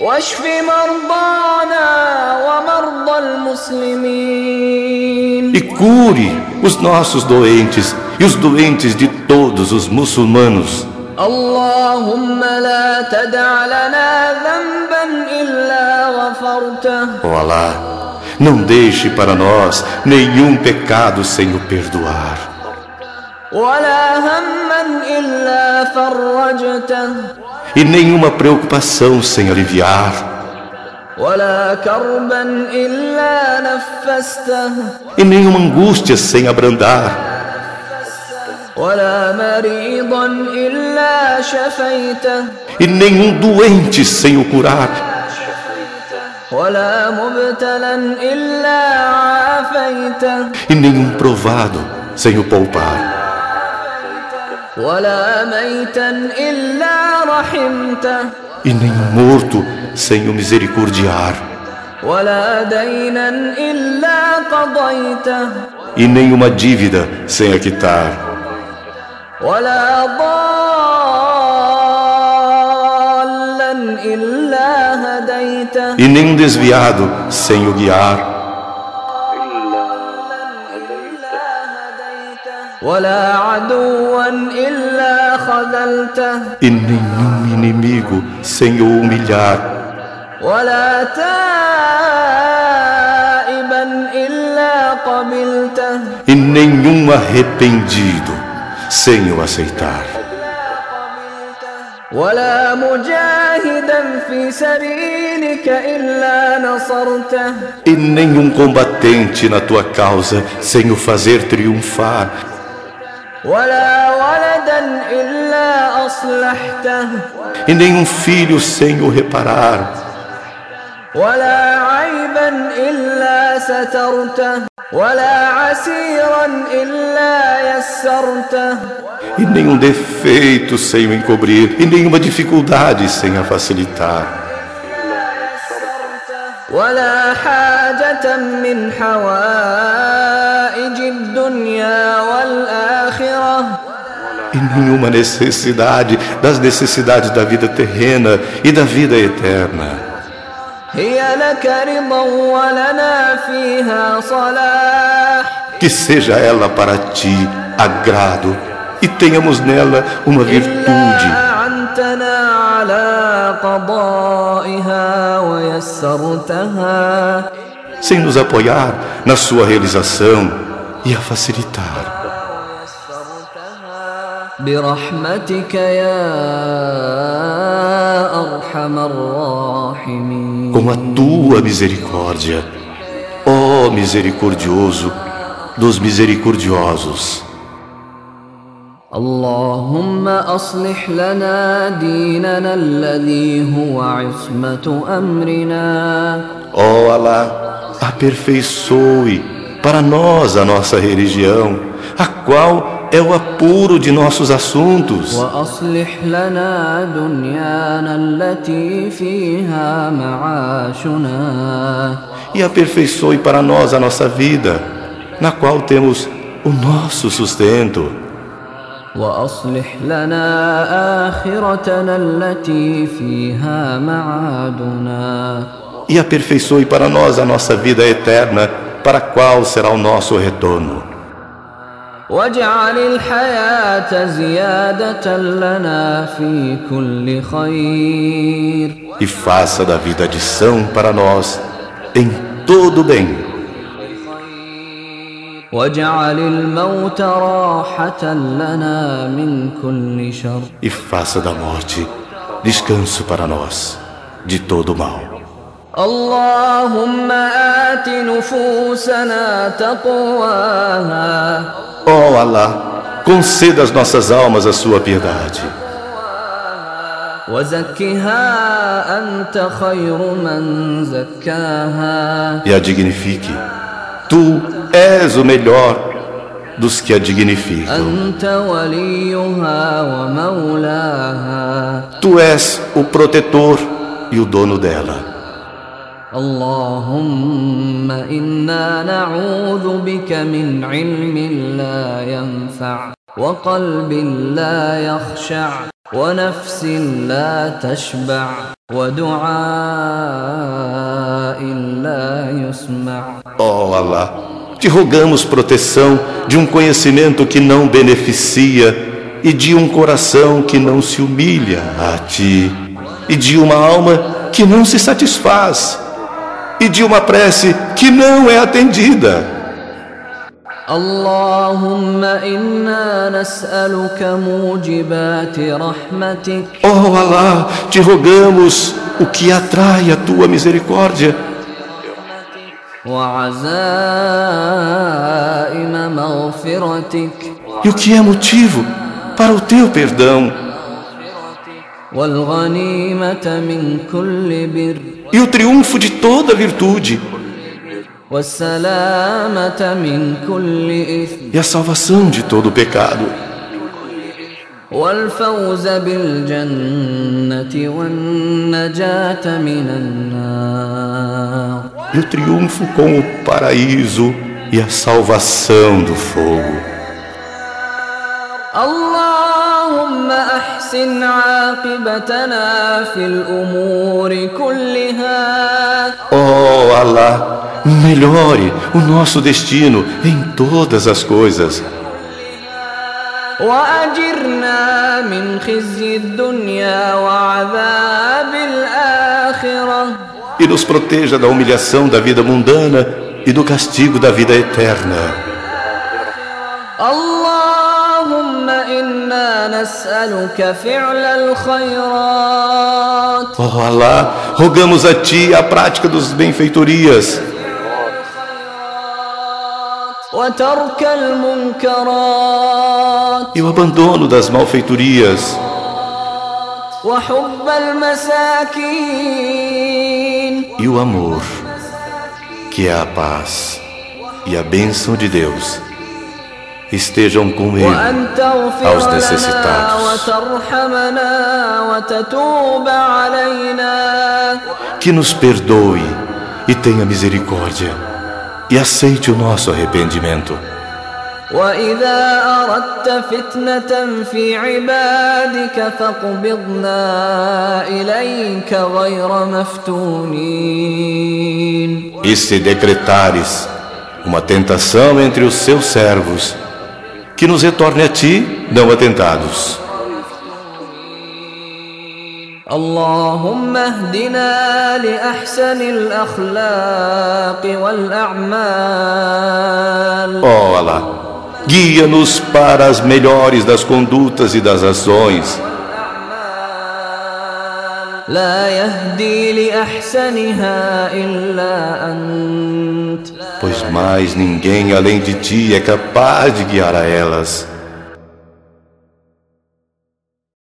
واشف مرضانا ومرضى المسلمين e cure os nossos doentes e os doentes de todos os muçulmanos. اللهم لا تدع لنا ذنبا إلا غفرته Ó Alá, não deixe para nós nenhum pecado sem o perdoar, ولا هما إلا فرجته e nenhuma preocupação sem aliviar, ولا كربا إلا نفسته e nenhuma angústia sem abrandar, ولا مريضا إلا شفيته e nenhum doente sem o curar, ولا مبتلا إلا عافيته e nenhum provado sem o poupar, ولا ميتا إلا رحمته e nenhum morto sem o misericordiar, ولا دينا إلا قضيته e nenhuma dívida sem a quitar, ولا ضالا إلا هديته e nenhum desviado sem o guiar. ولا عدوا إلا خذلته e nenhum inimigo sem o humilhar, ولا تائبا إلا قبلته e nenhum arrependido sem o aceitar, ولا مجاهدا في سبيلك إلا نصرته e nenhum combatente na tua causa sem o fazer triunfar, ولا ولدا إلا أصلحته e nenhum filho sem o reparar, ولا عيبا إلا سترته ولا عسيرا إلا يسرته e nenhum defeito sem o encobrir, e nenhuma dificuldade sem a facilitar, ولا حاجة من حوائج الدنيا والآخرة e nenhuma necessidade das necessidades da vida terrena e da vida eterna, هي لك رضا ولنا فيها صلاح que seja ela para ti agrado. E tenhamos nela uma virtude. إلا أعنتنا على قضائها ويسرتها sem nos apoiar na sua realização e a facilitar. برحمتك يا أرحم الراحمين Com a tua misericórdia, ó misericordioso dos misericordiosos, اللهم أصلح لنا ديننا الذي هو عصمة أمرنا ó Alá, aperfeiçoe para nós a nossa religião, a qual é o apuro de nossos assuntos, وأصلح لنا دنيانا التي فيها معاشنا e aperfeiçoe para nós a nossa vida, na qual temos o nosso sustento. وأصلح لنا آخرتنا التي فيها معادنا e aperfeiçoe para nós a nossa vida eterna, para a qual será o nosso retorno. واجعل الحياة زيادة لنا في كل خير E faça da vida adição para nós em todo bem, واجعل الموت راحة لنا من كل شر e faça da morte descanso para nós de todo mal. اللهم آت نفوسنا تقواها Ó Alá, conceda às nossas almas a sua piedade وزكها أنت خير من زكاها e a dignifique. Tu és o melhor dos que a dignificam. أنت وليها ومولاها Tu és o protetor e o dono dela. اللهم إنا نعوذ بك من علم لا ينفع وقلب لا يخشع ونفس لا تشبع ودعاء لا يسمع Ó Alá, te rogamos proteção de um conhecimento que não beneficia e de um coração que não se humilha a ti e de uma alma que não se satisfaz e de uma prece que não é atendida. اللهم إنا نسألك موجبات رحمتك Ó Alá, te rogamos o que atrai a tua misericórdia وعزائم مغفرتك e o que é motivo para o teu perdão والغنيمة من كل بر e o triunfo de toda virtude والسلامة من كل إثم e a salvação de todo pecado والفوز بالجنة والنجاة من النار e o triunfo com o paraíso e a salvação do fogo. اللهم أحسن عاقبتنا في الأمور كلها Oh Alá, melhore o nosso destino em todas as coisas وأجرنا من خزي الدنيا وعذاب الآخرة e nos proteja da humilhação da vida mundana e do castigo da vida eterna. اللهم إنا نسألك فعل الخيرات Oh Alá, rogamos a Ti a prática dos benfeitorias وترك المنكرات e o abandono das malfeitorias وحب المساكين e o amor, que é a paz e a bênção de Deus, estejam com Ele. وأن تغفر aos لنا necessitados. وترحمنا وتتوب علينا que nos perdoe e tenha misericórdia e aceite o nosso arrependimento. وإذا أردت فتنة في عبادك فاقبضنا إليك غير مفتونين E se decretares uma tentação entre os seus servos, que nos retorne a ti, não atentados. اللهم اهدنا لأحسن الأخلاق والأعمال Ó Alá, guia-nos para as melhores das condutas e das ações, لا يهدي لأحسنها إلا أنت pois mais ninguém além de ti é capaz de guiar a elas.